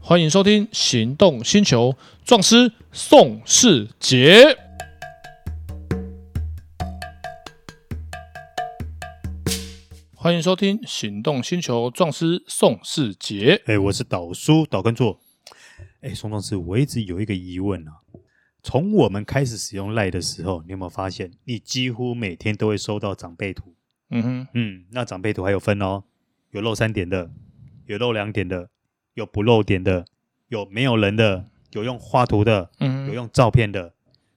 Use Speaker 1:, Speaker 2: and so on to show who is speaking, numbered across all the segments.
Speaker 1: 欢迎收听《行动星球》，壮师宋世杰。欢迎收听《行动星球》，壮师宋世杰。
Speaker 2: 哎、我是导叔导根座。哎、宋壮师，我一直有一个疑问啊，从我们开始使用赖的时候，你有没有发现，你几乎每天都会收到长辈图？
Speaker 1: 嗯哼，
Speaker 2: 嗯，那长辈图还有分哦，有露三点的，有露两点的，有不露点的，有没有人的，有用画图的，
Speaker 1: 嗯
Speaker 2: 有
Speaker 1: 哼，
Speaker 2: 用照片的，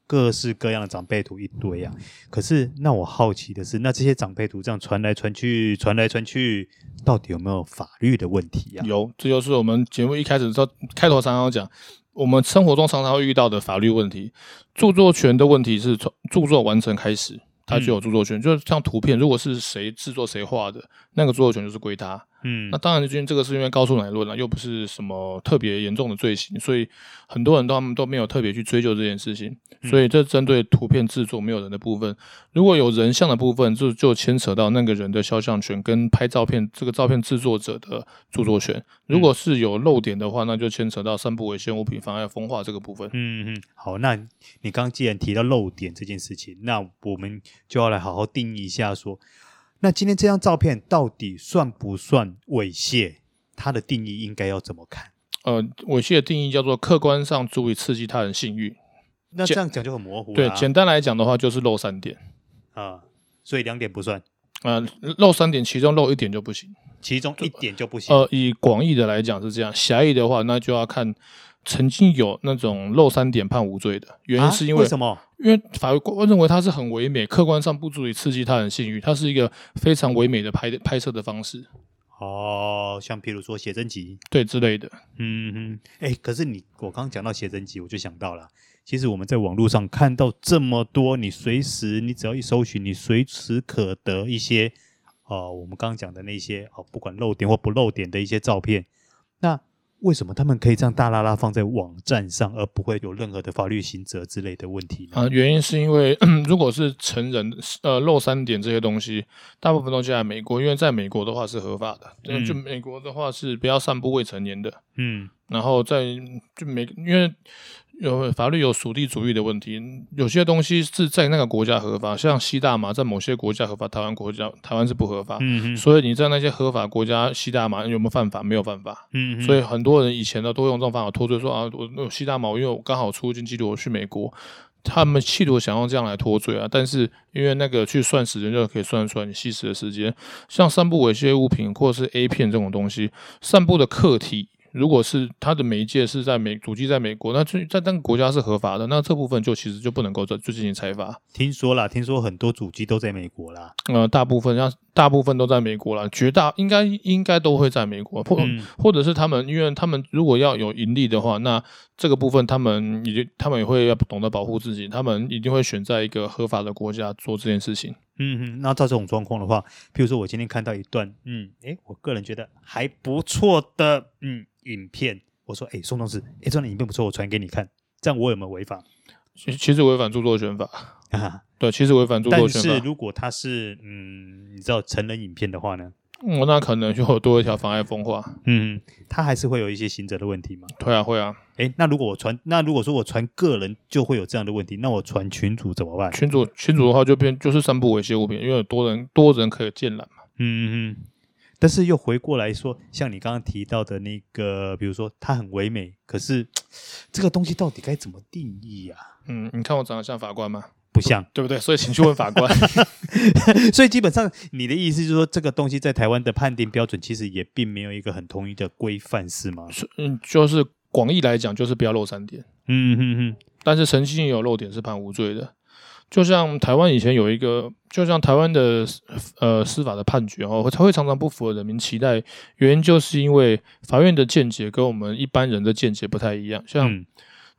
Speaker 2: 各式各样的长辈图一堆啊。可是，那我好奇的是，那这些长辈图这样传来传去，传来传去，到底有没有法律的问题啊？
Speaker 1: 有，这就是我们节目一开始说开头常常讲，我们生活中常常会遇到的法律问题。著作权的问题是从著作完成开始，它就有著作权。就是像图片，如果是谁制作谁画的，那个著作权就是归他。
Speaker 2: 嗯
Speaker 1: 那，当然，因为这个是因为高速乃论了，又不是什么特别严重的罪行，所以很多人都他们都没有特别去追究这件事情。所以这针对图片制作没有人的部分，如果有人像的部分，就就牵扯到那个人的肖像权跟拍照片这个照片制作者的著作权。如果是有漏点的话，那就牵扯到散布违宪物品、妨碍风化这个部分。
Speaker 2: 嗯嗯，好，那你刚既然提到漏点这件事情，那我们就要来好好定义一下说，那今天这张照片到底算不算猥亵？它的定义应该要怎么看？
Speaker 1: 呃，猥亵的定义叫做客观上足以刺激他人性欲。
Speaker 2: 那
Speaker 1: 简
Speaker 2: 这样讲就很模糊
Speaker 1: 对
Speaker 2: 啦，
Speaker 1: 简单来讲的话，就是漏三点。
Speaker 2: 啊，所以两点不算，
Speaker 1: 呃，漏三点，其中漏一点就不行。
Speaker 2: 其中一点就不行。
Speaker 1: 呃，以广义的来讲是这样，狭义的话，那就要看曾经有那种漏三点判无罪的，原因
Speaker 2: 啊
Speaker 1: 是因为,、
Speaker 2: 什么？
Speaker 1: 因为法官认为它是很唯美，客观上不足以刺激他人性欲，它是一个非常唯美的拍拍摄的方式，
Speaker 2: 哦，像譬如说写真集，
Speaker 1: 对之类的。
Speaker 2: 嗯哼，哎、可是你我刚刚讲到写真集，我就想到了，其实我们在网络上看到这么多，你随时你只要一搜寻，你随时可得一些，呃，我们刚刚讲的那些，哦，不管露点或不露点的一些照片，那为什么他们可以这样大拉拉放在网站上，而不会有任何的法律刑责之类的问题呢？
Speaker 1: 啊、原因是因为 如果是成人，呃，漏三点这些东西，大部分都在美国，因为在美国的话是合法的，
Speaker 2: 嗯
Speaker 1: 就美国的话是不要散布未成年的。
Speaker 2: 嗯
Speaker 1: 然后在就每因为有法律有属地主义的问题，有些东西是在那个国家合法，像西大麻在某些国家合法，台湾国家台湾是不合法。
Speaker 2: 嗯哼
Speaker 1: 所以你在那些合法国家吸大麻有没有犯法？没有犯法，
Speaker 2: 嗯哼，
Speaker 1: 所以很多人以前呢都用这种方法脱罪，说啊，我我吸大麻，因为我刚好出境记录，我去美国，他们企图想用这样来脱罪啊。但是因为那个去算时间就可以算出来你吸食的时间，像散布猥亵物品或者是 A 片这种东西，散布的客体。如果是它的媒介是在美主机在美国，那就在那个国家是合法的，那这部分就其实就不能够再就进行裁罚。
Speaker 2: 听说啦，听说很多主机都在美国啦，
Speaker 1: 呃，大部分像大部分都在美国了，绝大应该应该都会在美国，或、
Speaker 2: 嗯
Speaker 1: 或者是他们，因为他们如果要有盈利的话，那这个部分他们也就他们也会要懂得保护自己，他们一定会选在一个合法的国家做这件事情。
Speaker 2: 嗯哼，那照这种状况的话，譬如说我今天看到一段，嗯，诶，我个人觉得还不错的，嗯，影片，我说，诶，宋同志，诶，这段影片不错，我传给你看，这样我有没有违法
Speaker 1: 其其实违反著作权法，
Speaker 2: 啊？
Speaker 1: 对，其实违反著
Speaker 2: 但
Speaker 1: 作权
Speaker 2: 是
Speaker 1: 法，
Speaker 2: 如果它是，嗯，你知道成人影片的话呢，
Speaker 1: 嗯，那可能就有多一条妨碍风化。
Speaker 2: 嗯，它还是会有一些刑责的问题嘛？
Speaker 1: 对啊，会啊，
Speaker 2: 诶，那如果我传，那如果说我传个人就会有这样的问题，那我传群主怎么办？
Speaker 1: 群主群主的话就变就是散布猥亵物品，因为有多人多人可以见览嘛。
Speaker 2: 嗯嗯，但是又回过来说，像你刚刚提到的那个，比如说它很唯美，可是这个东西到底该怎么定义啊？
Speaker 1: 嗯，你看我长得像法官吗？
Speaker 2: 不像，
Speaker 1: 对不对？所以请去问法 官。
Speaker 2: 所以基 本上你的意思就是说，这个东西在台湾的判定标准其实也并没有一个很统一的规范，是吗？
Speaker 1: 是嗯，就是广义来讲，就是不要漏三点。
Speaker 2: 嗯嗯嗯
Speaker 1: 但是诚信有漏点是判无罪的。就像台湾以前有一个，就像台湾的呃司法的判决哦，它会常常不符合人民期待，原因就是因为法院的见解跟我们一般人的见解不太一样。像、
Speaker 2: 嗯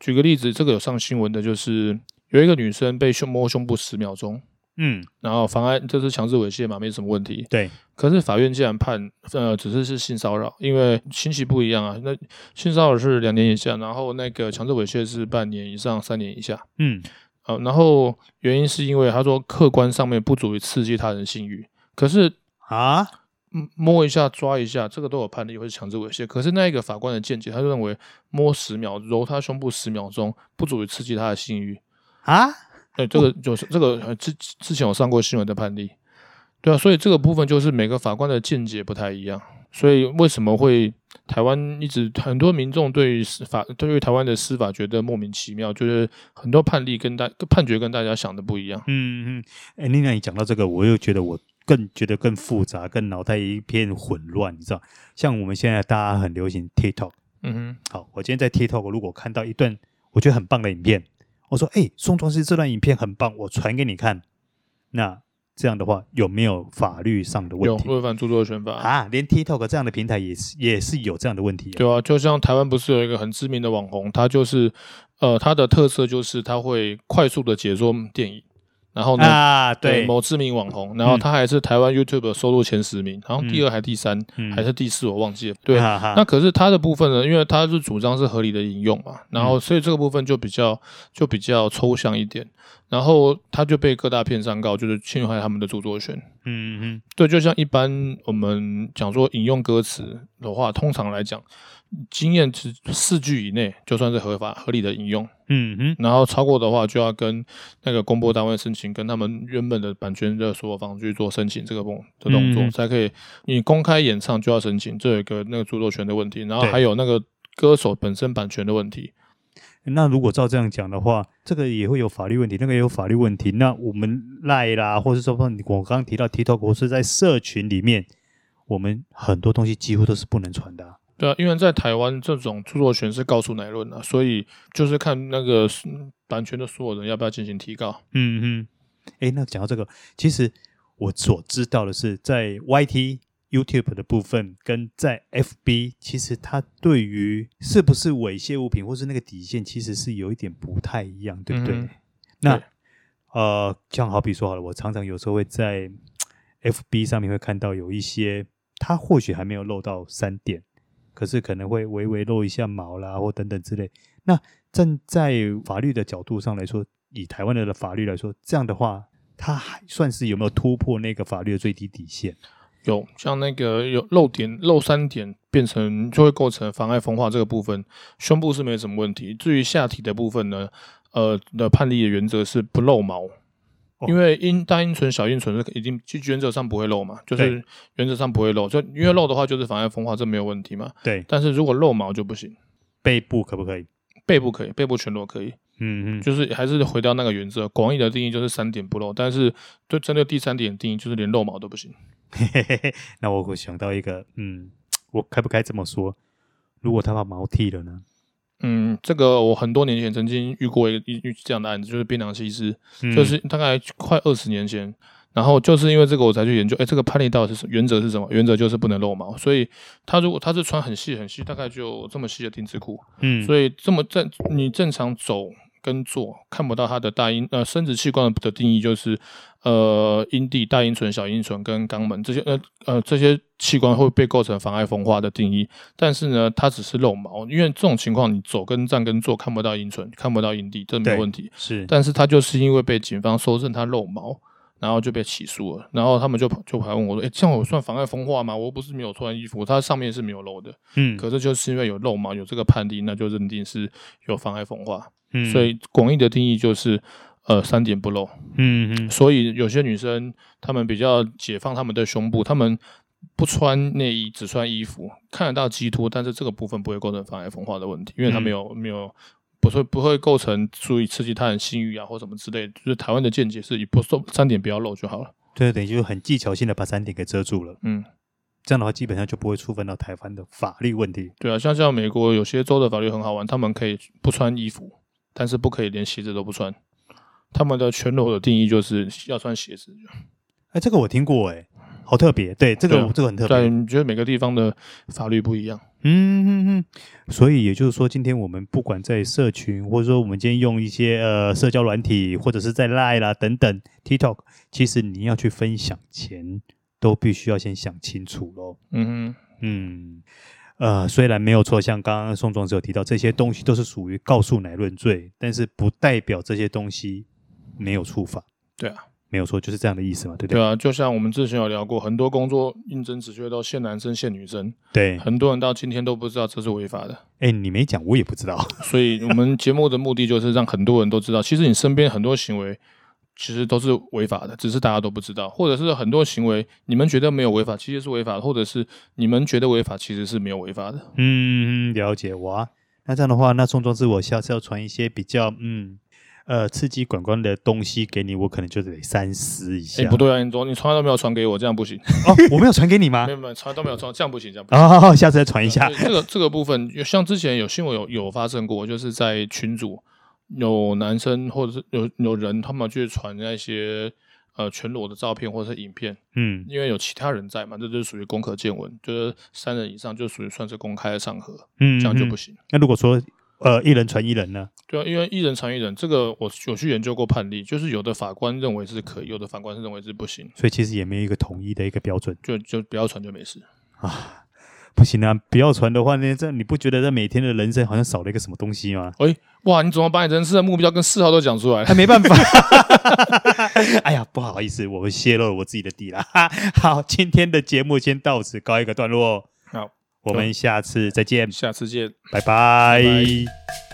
Speaker 1: 举个例子，这个有上新闻的，就是有一个女生被胸摸胸部十秒钟，
Speaker 2: 嗯，
Speaker 1: 然后妨碍这是强制猥亵嘛，没什么问题。
Speaker 2: 对，
Speaker 1: 可是法院竟然判，呃，只是是性骚扰，因为刑期不一样啊。那性骚扰是两年以下，然后那个强制猥亵是半年以上三年以下。
Speaker 2: 嗯
Speaker 1: 呃，然后原因是因为他说客观上面不足以刺激他人性欲，可是
Speaker 2: 啊，
Speaker 1: 嗯摸一下、抓一下，这个都有判例会是强制猥亵。可是那一个法官的见解，他认为摸十秒、揉他胸部十秒钟不足以刺激他的性欲。
Speaker 2: 啊，
Speaker 1: 对，这个就是这个呃之之前有上过新闻的判例，对啊，所以这个部分就是每个法官的见解不太一样，所以为什么会台湾一直很多民众对于司法对于台湾的司法觉得莫名其妙，就是很多判例跟大判决跟大家想的不一样。
Speaker 2: 嗯嗯，哎、丽娜，你讲到这个，我又觉得我更觉得更复杂，更脑袋一片混乱，你知道？像我们现在大家很流行 TikTok，
Speaker 1: 嗯
Speaker 2: 好，我今天在 TikTok 如果看到一段我觉得很棒的影片，我说：“哎、宋庄师这段影片很棒，我传给你看。”那这样的话有没有法律上的
Speaker 1: 哼，有
Speaker 2: 问题
Speaker 1: 违反著作权法。
Speaker 2: 啊？连 TikTok 这样的平台也是也是有这样的问题、啊。
Speaker 1: 对啊，就像台湾不是有一个很知名的网红，他就是，呃，他的特色就是他会快速的解说电影，然后呢，
Speaker 2: 啊，
Speaker 1: 对嗯
Speaker 2: 对，
Speaker 1: 某知名网红，然后他还是台湾 YouTube 收入前十名，然后第二还第三、
Speaker 2: 嗯
Speaker 1: 还是第四，我忘记了。对，
Speaker 2: 哈哈
Speaker 1: 那可是他的部分呢，因为他是主张是合理的引用嘛，然后所以这个部分就比较就比较抽象一点，然后他就被各大片商告，就是侵害他们的著作权。
Speaker 2: 嗯嗯
Speaker 1: 对，就像一般我们讲说引用歌词的话，通常来讲，经验是四句以内就算是合法合理的引用。
Speaker 2: 嗯嗯
Speaker 1: 然后超过的话，就要跟那个公播单位申请，跟他们原本的版权的所有方去做申请这个动的动作，
Speaker 2: 嗯
Speaker 1: 才可以。你公开演唱就要申请，这有一个那个著作权的问题，然后
Speaker 2: 对
Speaker 1: 还有那个歌手本身版权的问题。
Speaker 2: 那如果照这样讲的话，这个也会有法律问题，那个也有法律问题。那我们赖啦，或是说，我刚刚提到 TikTok，或是在社群里面，我们很多东西几乎都是不能传的啊、
Speaker 1: 对啊，因为在台湾这种著作权是告诉乃论的、所以就是看那个嗯版权的所有人要不要进行提告。
Speaker 2: 嗯嗯，哎，那讲到这个，其实我所知道的是，在 YT、YouTube 的部分跟在 FB，其实它对于是不是猥亵物品或是那个底线，其实是有一点不太一样，对不对？
Speaker 1: 嗯哼
Speaker 2: 那
Speaker 1: 对
Speaker 2: 呃，像好比说好了，我常常有时候会在 FB 上面会看到有一些，它或许还没有漏到三点，可是可能会微微露一下毛啦，或等等之类。那站在法律的角度上来说，以台湾的法律来说，这样的话，它还算是有没有突破那个法律的最低底线？
Speaker 1: 有像那个有漏点、漏三点变成就会构成妨碍风化这个部分，胸部是没什么问题。至于下体的部分呢，呃的判例的原则是不漏毛，因为阴大阴唇、小阴唇是已经就原则上不会漏嘛，就是
Speaker 2: 对
Speaker 1: 原则上不会漏，就因为漏的话就是妨碍风化，这没有问题嘛。
Speaker 2: 对，
Speaker 1: 但是如果漏毛就不行，
Speaker 2: 背部可不可以？
Speaker 1: 背部可以，背部全裸可以，
Speaker 2: 嗯嗯，
Speaker 1: 就是还是回到那个原则，广义的定义就是三点不漏，但是对针对第三点的定义就是连漏毛都不行。
Speaker 2: 嘿嘿嘿嘿，嗯那我会想到一个，嗯，我该不该这么说？如果他把毛剃了呢？
Speaker 1: 嗯，这个我很多年前曾经遇过一个一一这样的案子，就是槟榔西施，
Speaker 2: 嗯
Speaker 1: 就是大概快二十年前，然后就是因为这个我才去研究，哎，这个判例到底是什原则是什么？原则就是不能露毛，所以他如果他是穿很细很细，大概就这么细的丁字裤，
Speaker 2: 嗯，
Speaker 1: 所以这么正你正常走跟坐看不到他的大阴呃生殖器官的定义就是呃阴蒂、大阴唇、小阴唇跟肛门这些呃呃这些器官会被构成妨碍风化的定义，但是呢它只是露毛，因为这种情况你走跟站跟坐看不到阴唇、看不到阴蒂，这没
Speaker 2: 对
Speaker 1: 问题，
Speaker 2: 是
Speaker 1: 但是他就是因为被警方搜证他露毛。然后就被起诉了，然后他们就就还问我说：“哎，这样我算妨碍风化吗？我又不是没有穿衣服，它上面是没有露的。”
Speaker 2: 嗯
Speaker 1: 可是就是因为有漏毛有这个判例，那就认定是有妨碍风化，
Speaker 2: 嗯
Speaker 1: 所以广义的定义就是呃三点不漏。
Speaker 2: 嗯嗯
Speaker 1: 所以有些女生她们比较解放她们的胸部，她们不穿内衣只穿衣服，看得到肌突，但是这个部分不会构成妨碍风化的问题，因为它
Speaker 2: 嗯
Speaker 1: 没有、没有。不会不会构成足以刺激他人性欲啊，或什么之类的就是台湾的见解是以不漏三点不要漏就好了。
Speaker 2: 对，等于就是很技巧性的把三点给遮住了。
Speaker 1: 嗯，
Speaker 2: 这样的话，基本上就不会触犯到台湾的法律问题。
Speaker 1: 对啊，像像美国有些州的法律很好玩，他们可以不穿衣服，但是不可以连鞋子都不穿。他们的全裸的定义就是要穿鞋子。
Speaker 2: 哎，这个我听过，哎，好特别。对，这
Speaker 1: 对
Speaker 2: 个
Speaker 1: 啊
Speaker 2: 这个很特别。
Speaker 1: 对，你觉得每个地方的法律不一样？
Speaker 2: 嗯嗯嗯。所以也就是说，今天我们不管在社群，或者说我们今天用一些呃社交软体，或者是在 Line 啦等等 TikTok，其实你要去分享前，都必须要先想清楚喽。
Speaker 1: 嗯哼，
Speaker 2: 嗯，呃，虽然没有错，像刚刚宋庄子有提到，这些东西都是属于告诉乃论罪，但是不代表这些东西没有触法。
Speaker 1: 对啊，
Speaker 2: 没有错，就是这样的意思嘛，对不
Speaker 1: 对
Speaker 2: 对？
Speaker 1: 啊，就像我们之前有聊过，很多工作应征职缺都限男生限女生，
Speaker 2: 对，
Speaker 1: 很多人到今天都不知道这是违法的。
Speaker 2: 哎，你没讲，我也不知道。
Speaker 1: 所以我们节目的目的就是让很多人都知道，其 实你身边很多行为其实都是违法的，只是大家都不知道，或者是很多行为你们觉得没有违法，其实是违法的，或者是你们觉得违法，其实是没有违法的。
Speaker 2: 嗯，了解哇。那这样的话，那宋庄之我下次要传一些比较嗯呃刺激管观的东西给你，我可能就得三思一下。
Speaker 1: 哎，不对啊，你总你从来都没有传给我，这样不行，
Speaker 2: 哦，我没有传给你吗
Speaker 1: 没？有没有，从来都没有传，这样不行，这样不行。
Speaker 2: 哦，下次再传一下
Speaker 1: 对。这个这个部分，有像之前有新闻有有发生过，就是在群组有男生或者是有有人他们去传那些呃全裸的照片或者是影片，
Speaker 2: 嗯
Speaker 1: 因为有其他人在嘛，这就是属于公可见闻，就是三人以上就属于算是公开的场合，
Speaker 2: 嗯，
Speaker 1: 这样就不
Speaker 2: 嗯。
Speaker 1: 行。
Speaker 2: 那如果说呃一人传一人呢？
Speaker 1: 对啊，因为一人传一人，这个我有去研究过判例，就是有的法官认为是可以，有的法官是认为是不行，
Speaker 2: 所以其实也没有一个统一的一个标准。
Speaker 1: 就就不要传就没事。
Speaker 2: 不行啊，不要传的话呢，这你不觉得这每天的人生好像少了一个什么东西吗？
Speaker 1: 哇，你怎么把你人生的目标跟嗜好都讲出来了？
Speaker 2: 啊，没办法。 哎呀，不好意思，我泄露了我自己的底啦。 好，今天的节目先到此告一个段落，
Speaker 1: 好，
Speaker 2: 我们下次再见，
Speaker 1: 下次见。
Speaker 2: 拜拜
Speaker 1: 拜